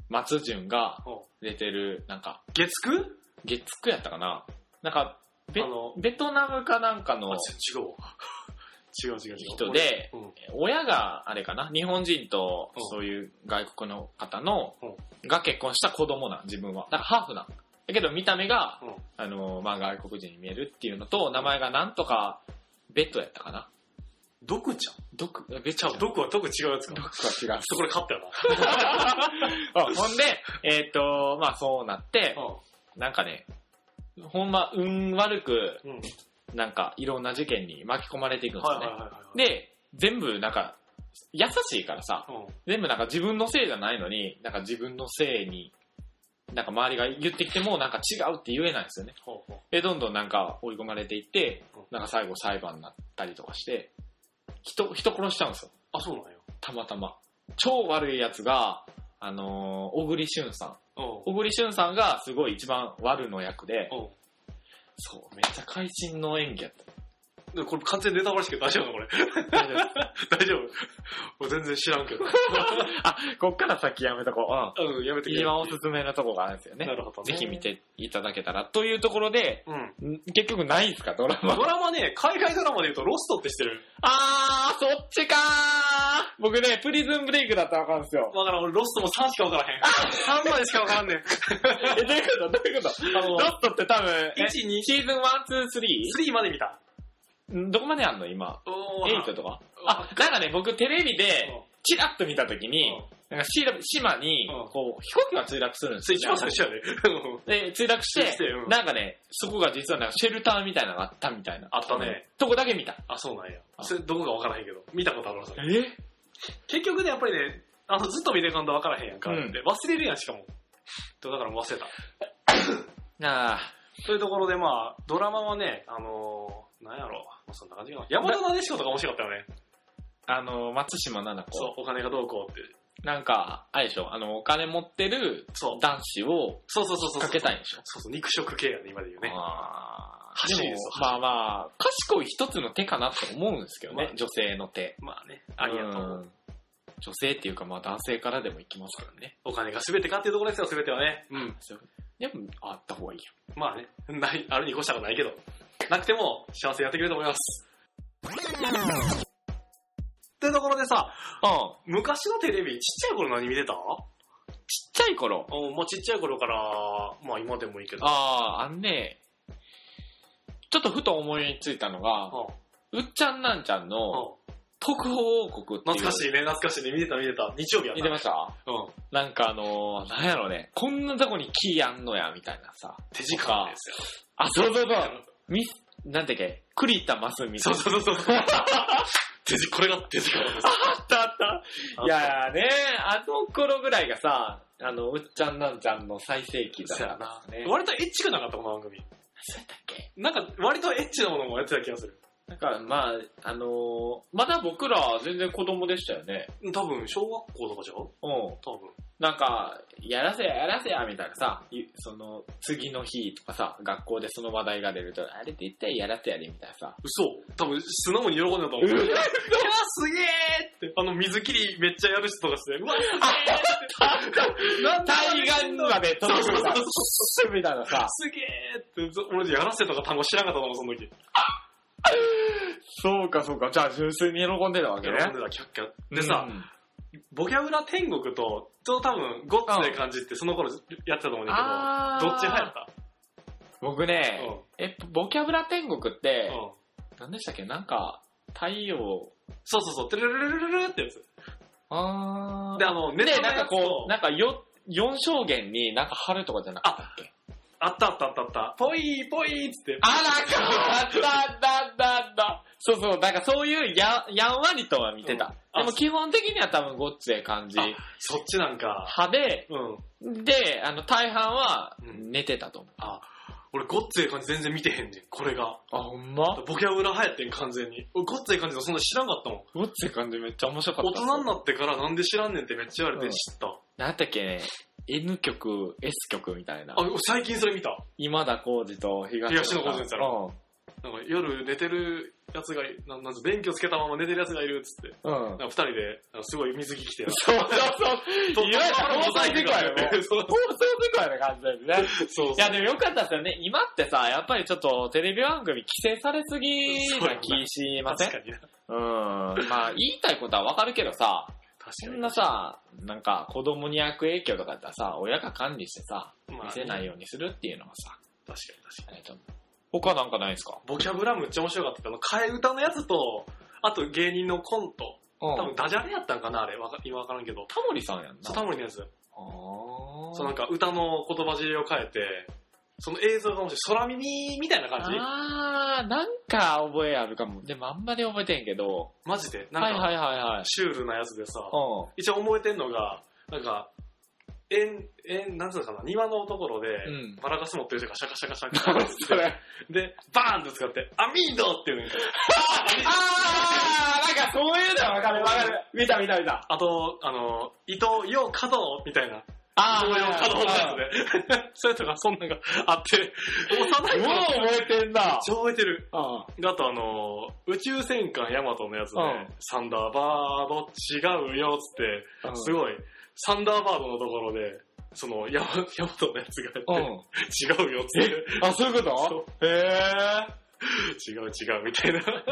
松潤が
お
出てる、なんか、
月9
月9やったかななんか、ベ
あの
ベトナムかなんかの
あ、ち違うわ。 違う違う違う。
人で、
俺、うん。
親があれかな日本人と
うん
そういう外国の方の
う、
が結婚した子供なん、自分は。だからハーフなん。だけど見た目が
うん、
あの、まあ、外国人に見えるっていうのと、名前がなんとか、ベッドやったかな
毒ちゃん。
ドク、ベッ
ちゃう、
ド
毒は毒違うやつか。ちょっ
ク は違う。
とこれ勝ったよな。
あ ほんで、えっ、と、まあそうなって、なんかね、ほんま運悪く、
うん。うん。
なんかいろんな事件に巻き込まれていくんです
はい
よ
はい
ね。
はいはい。
で、全部なんか、優しいからさ、
うん。
全部なんか自分のせいじゃないのに、なんか自分のせいに、なんか周りが言ってきてもなんか違うって言えないんですよね。
ほうほう。
で、どんどんなんか追い込まれていって
うん、
なんか最後裁判になったりとかして、人、人殺しちゃうんですよ。
あ、そうなんよ。
たまたま。超悪いやつが、あのー小栗旬さん。
う
小栗旬さんがすごい一番悪の役で、
ん。うん。
そう、めっちゃ会心の演技やった。
でこれ完全にネタバレしてるけど大丈夫なのこれ。
大丈夫
大丈夫俺全然知らんけ ど。
あ、こっから先やめとこう。
うん、やめて
うん。今おすすめのとこがあるんですよね
な。るほど、ね。
ぜひ見。ていただけたら。というところで、
うん。
ん結局ないんすか、ドラ
ド
マ。
ラマね、海外ドラマで言うとロストって知ってる
あー、そっちかー僕ね、プリズンブレイクだったらわかるんですよ。
わからん、俺ロストも3しかわからへん。3まで しかわからんねん。
え、どういうことどういうこと
あの
ロ、ストって多分、え
1、2、
シーズン1、
3まで見た。
2、3? どこまであんの今。
お
8とかあ、なんかね、僕テレビで、チラッと見たときに、なんかシラ島に
うん、
こう、飛行機が墜落するんですよ。
それ一番最初やで。
で、墜落して、
してうん
なんかね、そこが実はなんかシェルターみたいなのがあったみたいな。
あったね。
とこだけ見た。
あ、そうなんや。
あ
それどこかわからへんけど。見たことあるわ、それ。
え
結局ね、やっぱりね、あの、ずっと見てかんとわからへんやんか。
うん
で忘れるやん、しかも。だから忘れた。
なあ。
というところで、まあ、ドラマはね、あのー、なんやろう。そんな感じかな。山田なでしことか面白かったよね。
あの、松島奈々子。
そう、お金がどうこうって。
なんか、あれでしょ、あの、お金持ってる
そう。
男子を
そうそうそうそう。
かけたいんでしょ。
そうそう、肉食系やね、今で言うね。
あ
ー
でも
箸ですよ、
まあまあ、賢い一つの手かなって思うんですけどね、
まあ
女性の手。
まあね、ありがとう。
ん女性っていうか、まあ男性からでもいきますからね。
お金が全てかっていうところですよ、全てはね。うん。
でも、あった方がいいよ。
まあね、ない、あるに越したことないけど、なくても幸せにやってくれると思います。ってところでさ、
うん。
昔のテレビ、ちっちゃい頃何見てた
ちっちゃい頃。
うん、まあちっちゃい頃から、まあ今でもいいけど。
ああ、あんね、ちょっとふと思いついたのが、
う
う
ん、うん。
っちゃんなんちゃんの特報王国っていう。
懐かしいね、懐かしいね。見てた見てた。日曜日やった。
見てました
うん。
なんかあのー、なんやろね、こんなとこにキーあんのや、みたいなさ。
手近ですよ。
あ、そうそうそう。ミス、なんてっけ、栗田マスみた
そ
いうな。
そうそうそう。手近、これが手近なんですよ。
あったあった。いやーね、あの頃ぐらいがさ、あの、うっちゃんなんちゃんの最盛期だ
そう
か
や
ら。
な
ね。
割とエッチくなかった、この番組。
そうやったっけ
なんか、割とエッチなものもやってた気がする。
なんか、まあ、あのー、まだ僕ら全然子供でしたよね。
多分、小学校とかじゃん
うん。
多分。
なんか、やらせや、やらせや、みたいなさ、いその、次の日とかさ、学校でその話題が出ると、あれ絶対やらせやで、みたいなさ。
嘘多分、素直に喜んでたと思う。
うわ
いや、すげえって。あの、水切りめっちゃやる人とかして、うわ、すげえって。なんで
対岸まで
そう
届
そう
く
そう
さ、すみたいなさ。
すげえって、ず俺やらせとか単語知らんかったと思う、その時。
そうか、そうか。じゃあ、純粋に喜んでたわ
喜んでた、キャッキャ。でさ、
うん
ボキャブラ天国と、と多分、ゴッツで感じってその頃やってたと思うんだ
あ
け
ー
ど、どっち派やった
僕
う
ね、
ん。
え、ボキャブラ天国って、
うん
何でしたっけなんか、太陽、
そうそうそう、てるるるるるるってやつ。
あー
で、あの、ネ
で、
タの
なん
や
か
つ
ことう、、なんかよ、四象限になんか春とかじゃなかったっけ
あったあったあったあった。ぽいぽいっつって。
あらかだだだだ。そうそう、なんかそういうややんわりとは見てた。
うんあ
でも基本的には多分ごっつええ感じ
あそっちなんか。
派で、
うん。
で、あの、大半は
うん
寝てたと思う。
あ、俺ごっつええ感じ全然見てへんねん、これが。
あ、ほんま
ボキャブラ流行ってん、完全に。俺ごっつええ感じのそんな知らんかったもん。
ごっつええ感じめっちゃ面白か
大
ったっす。
人になってからなんで知らんねんってめっちゃ言われ
う
て
ん
知った。
なんだっけね、N 曲、S 曲みたいな。
あ、俺最近それ見た。
今田耕司と東
東野幸治のやつや
ろ。
なんか夜寝てるやつがい、なんなんつう電気をつけたまま寝てるやつがいるっつって。
うん。うん。
なんか二人で、なんかすごい水 着着て。
そうそうそう。いわゆる
と
防災事故やろ。もう
そう
放送事故やね、完全にね。
そうそう
いや、でもよかったですよね。今ってさ、やっぱりちょっとテレビ番組規制されすぎな気しません
確かにな。
うん。まあ、言いたいことはわかるけどさ、そ
確か
ん
に。
なさ、なんか子供に悪影響とかだったらさ、親が管理してさ、
まあ
見せないようにするっていうのはさ、
確かに確かに。
えっと、他なんかないですか
ボキャブラむっちゃ面白かったけど。あの、替え歌のやつと、あと芸人のコント。
うん。
多分ダジャレやったんかな、あれ。わか今わからんけど。
タモリさんやんな。
そう、タモリのやつ。
あー
そう、なんか歌の言葉尻を変えて、その映像が面白い。空耳みたいな感じ
あー、なんか覚えあるかも。でもあんまり覚えてんけど。
マジで。
はい
なん
は
か、
いはいはい。
シュールなやつでさ、
う
一応覚えてんのが、なんか、えん、えん、なんつうのかな、庭のところで、
ん
バラガス持ってる人がシャカシャカシャ カ
ん。
シャカ。で、バーンと使って、アミードって言うねん。
あー、なんかそういうのはわかるわかる。見た見た見た。
あと、あの、伊藤洋華道みたいな。
あ
同様稼働したやつで。それとか、そんなんがあって、幼い
もう
頃
覚えてんな。
超覚えてる。
あ
あとあの、宇宙戦艦ヤマトのやつね、
うん
サンダーバード違うよっつって、
あ
すごい、サンダーバードのところで、その、ヤマ ヤマトのやつが
う
あ
ん。
って、違うよっつって、
あ、そういうことへえ。
違う違うみたいな。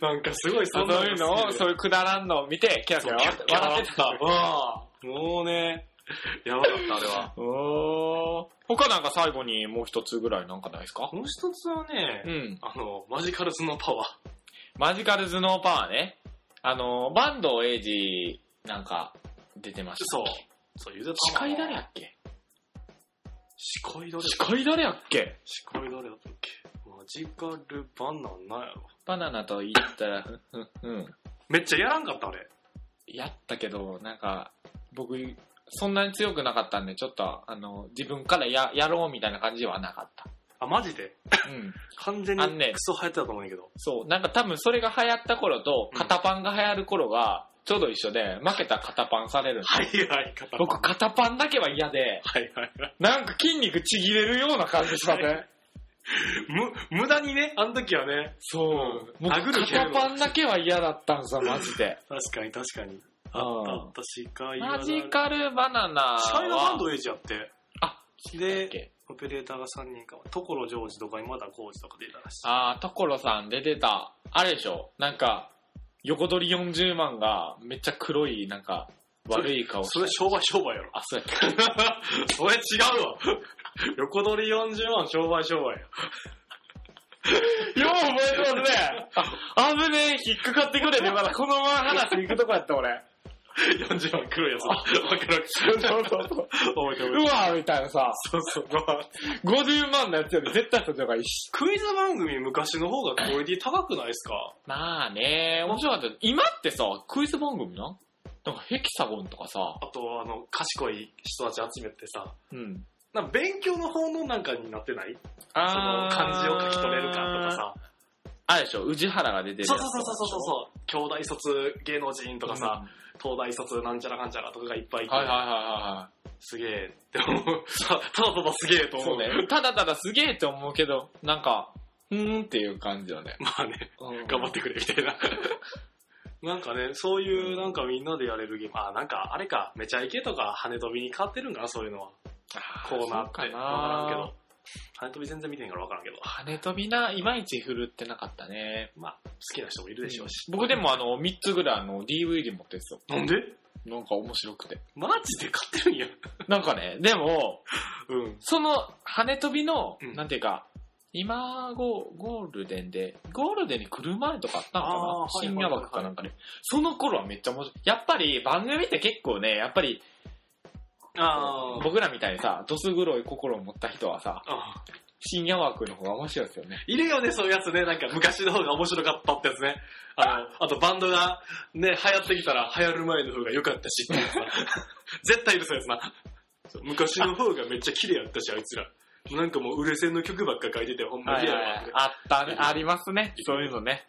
なんかすごい
そういうのを、そう
う
いうくだらんのを見て、キャラキャラ
キャ
笑
ッ
っ笑っ
キャラ
てた。
もうね、やばかったあれは。
うん。おー他なんか最後にもう一つぐらいなんかないですか
もう一つはね、
うん。
あの、マジカルズのパワー。
マジカル頭脳パワーね。あの、坂東英二なんか出てました
そ
っ
う
け。
そう、ゆで
司
パワー。
会誰やっけ
司会どれ
司会誰やっけ
司会誰だったっけマジカルバナナやろ。
バナナと言ったら、ふ んふんうん。
めっちゃやらんかった、あれ。
やったけど、なんか、僕、そんなに強くなかったんで、ちょっと、あの、自分からや、やろうみたいな感じではなかっ
あ、マジで
た。うん。
完全
あ
に
んね
クソ流行ってたと思うんやけど。
そう。なんか多分それが流行った頃と、
うん
肩パンが流行る頃が、ちょうど一緒で、負けたら肩パンされるんです
はいはい、 肩
僕、肩パンだけは嫌で、
はいはいはい。
なんか筋肉ちぎれるような感じしません
む、無駄にね、あの時はね、
そう。
うん
僕、
殴る蹴る
肩パンだけは嫌だったん ですよ、マジで。
確かに確かに。あ
あ
った、司会
ー
は
マジカルバナナは。
司会がバンドエイジやって。
あ、
で、
OK
オペレーターが3人か。所ジョージとか今田耕司とか出たらしい。
あー、所さん出てた。あれでしょなんか、横取り40万がめっちゃ黒い、なんか、悪い顔して
それ商売商 売やろ。
あ、そうやった。
それ違うわ。横取り40万商売商売や。
よう覚えてますね。あ危ねえ、引っかかってく れて、まだこのまま話行くとこやった、俺。
40万黒いやつ。わからん。
そうそうそう。
覚えて
う
覚えて
わみたいなさ、
そうそう。まあ
50万のやつより絶対そっちの方がいいし。
クイズ番組昔の方がクオリティ高くないですか
まあね、面白かった。今ってさ、クイズ番組ななんかヘキサゴンとかさ、
あと、あの、賢い人たち集めてさ、
うん。
なんか勉強の方のなんかになってないその漢字を書き留めるかとか。さ。
あれでしょ、宇治原が出てるやつ
そうそうそうそうそうそう。兄弟卒芸能人と
と
か
か
さ、
さ、
東大卒なんちゃらかんちゃらとかがいっぱいいて、
はいはいはいはいはい。
すげえって思う。たただただすげえと思。
そううね。ただただすげえって思うけど、なんか、うーんっていう感じよね。
まあね。
うん
頑張ってくれみたい な。なんかね、そういうなんかみんなでやれるゲーム。あ、なんかあれか、めちゃイケとか跳ね飛びに変わってるんかな、そういうのは。
あー
コーナー
そう
って。
か
わ
な
からんけど。跳ね飛び全然見てへんからわからんけど。
羽飛びな、いまいち振るってなかったね。
まあ、好きな人もいるでしょうし。
僕でもあの、3つぐらいあの、DVD 持ってるんですよ。
なんで
なんか面白くて。
マジで買ってるんや。
なんかね、でも、
うん。
その、羽飛びの、
うん
なんていうか、今ゴ、ゴールデンで、ゴールデンに来る前とかあったの
あーは
か
い
な
はい
深
はい
夜枠かなんかね。その頃はめっちゃ面白い。やっぱり番組って結構ね、やっぱり
あー
僕らみたいにさ、どす黒い心を持った人はさ、
あー。
深夜枠の方が面白いですよね。
いるよね、そういうやつね。なんか昔の方が面白かったってやつね。あの、あとバンドがね、流行ってきたら流行る前の方が良かったしってやつな 絶対いるそうやつな。そう昔の方がめっちゃ綺麗やったし、あいつら。なんかもう売れ線の曲ばっか書いてて、ほんま
は
に
い
嫌
はい
や
は
わ
い。あったね、ありますね。そういうのね。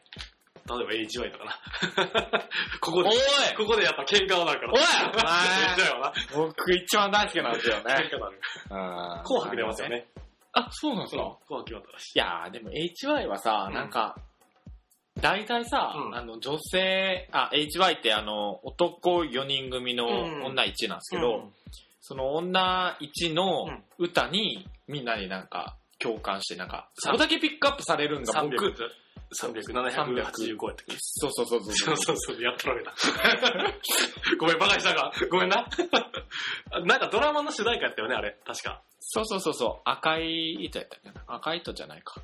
例えば HY とかな。 ここ
おい
で、ここでやっぱ喧嘩はなるから。
おい
喧嘩やわな。
僕一番大好きなんですよ ね。
喧嘩なる。紅
紅
白出ますよ。ね。
あ、そうなんです
そう
か。
紅白決まったらしい。
いやー、でも HY はさ
う、ん
なんか、大体さ、
うん
あの、女性、あ、HY ってあの、男4人組の
うん
女1なんですけど、その女1の
うん
歌にみんなになんか共感して、なんか、そこだけピックアップされるんが
300
僕、
300、785やったっけ
そうそうそうそう。
そうそうそう、やっとられた。 ごめん、バカにしたか。ごめんな。 なんかドラマの主題歌やったよね、あれ。確か。
そうそうそうそう。赤い糸やったっけな。赤い糸じゃないか。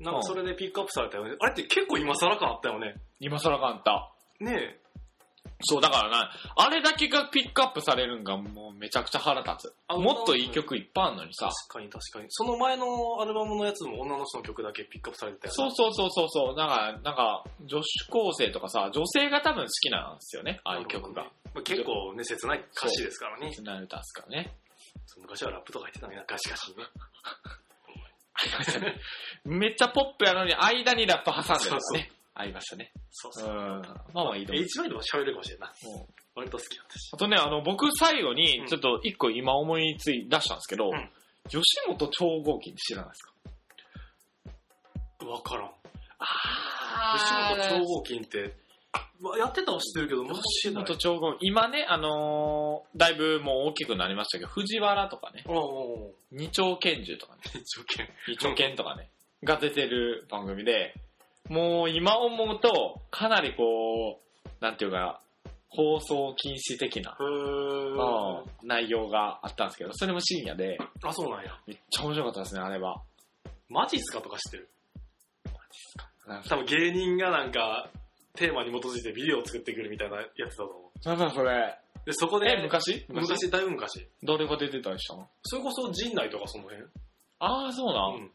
なんかそれでピックアップされたよね。あれって結構今更感あったよね。
今更かあんた。
ねえ。
そう、だからな、あれだけがピックアップされるんがもうめちゃくちゃ腹立つ。
あ
もっといい曲いっぱいあるのにさ
確。かに確かに。その前のアルバムのやつも女の人の曲だけピックアップされてたよね。
そうそうそうそうそう。だから、なんか、女子高生とかさ、女性が多分好きなんですよね、ああいう曲が。
まあ結構ね、切ない歌詞ですからね。
つなるたすかね。
昔はラップとか言ってたのにな、ガシガシにね。
めっちゃポップやのに間にラップ挟んでる
そ
の
うそう
ね。ありましたね。
そう
う
そ
ん
う。。
まあまあいいと思う
H マイでも喋れるかもしれんな。
も
割と好きなんです
あとね、あの、僕最後
う
に
ん、
ちょっと一個今思いつい出したんですけど、
うん
吉本超合金って知らないですか
わからん。
あ
吉本超合金って、まあやってたのは知ってるけど、もし
吉
ない。
本超合金。今ね、あのーだいぶもう大きくなりましたけど、藤原とかね、
おうおうおう
二丁拳銃とかね、
条件。
二丁拳とかね、が出てる番組で、もう今思うと、かなりこう、なんていうか、放送禁止的な、
へー
うん内容があったんですけど、それも深夜で、
あ、そうなんや。
めっちゃ面白かったですね、あれは。
マジっすかとか知ってる。
なんか
多分芸人がなんか、テーマに基づいてビデオを作ってくるみたいなやつだと思う。
なんだそれ。
で、そこで、
え、昔
昔、だいぶ昔。
どれが出てたりしたの
それこそ陣内とかその辺。う
ああ、そうなん。
ん。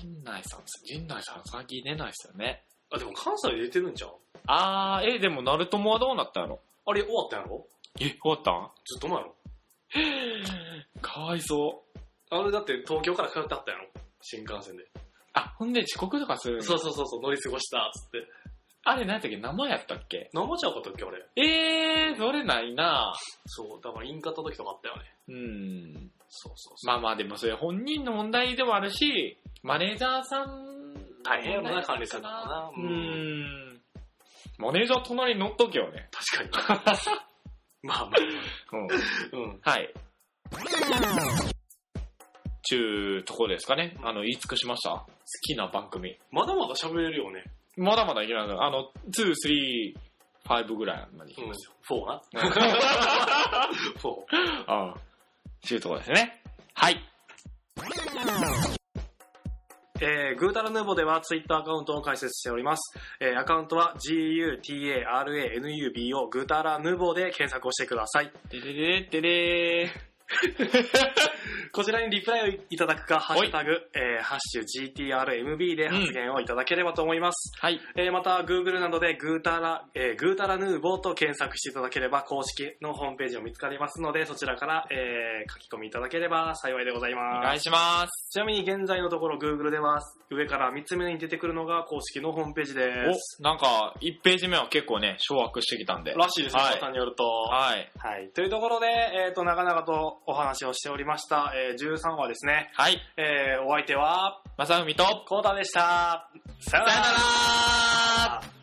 陣内さんです。陣内さん最近出ないですよね。
あ、でも関西で出てるんじゃん
あー、え、でも、ナルトモはどうなったやろ
あれ終わったんやろ
え、終わったん
ずっと前やろ
かわいそう。
あれだって東京から通ってあったやろ新幹線で。
あ、ほんで遅刻とかするんや
そうそうそうそう、乗り過ごした、つって。
あれ何やったっけ名前やったっけ
生ちゃうかったっけ、あれ。
えー、それないな
そう、だからインカった時とかあったよね。
うん。
そうそうそう。
まあまあ、でもそれ本人の問題でもあるし、マネージャーさん。
大変やろな、管理するのもな。
う
うん。
ん。マネージャー隣に乗っとけよね。
確 かに。まあまあ。
うん。
うん。
はい。ちゅうとこですかね。あの、言い尽くしました。好きな番組。
まだまだ喋れるよね。
まだまだいけないあの、2、3、5ぐらいまでいき
うん
ますよ。。
フォーな。 フォ
ああ。ちゅうとこですね。はい。
ー。えー、グータラヌーボではツイッターアカウントを開設しております。えー、アカウントは GUTARANUBO グータラヌーボーで検索をしてください。
てれれてれー。
こちらにリプライをいただくか、ハッシュタグ、えー、ハッシュ GTRMB で発言をいただければと思います。
はい。
えーまた、Google などでグータラ、えー、グータラヌーボーと検索していただければ、公式のホームページも見つかりますので、そちらから、えー書き込みいただければ幸いでござい
お
ま
願
す。
いします。
ちなみに現在のところ Google では、上から3つ目に出てくるのが公式のホームページです。
お、なんか、1ページ目は結構ね、掌握してきたんで。
らしいですね、
はい
方によると。
はい。
はい。というところで、えっ、と、長々とお話をしておりました、えー13話ですね。
はい。
えーお相手は、
まさふみと、さよ
コータでした。さよ
な
なら
ら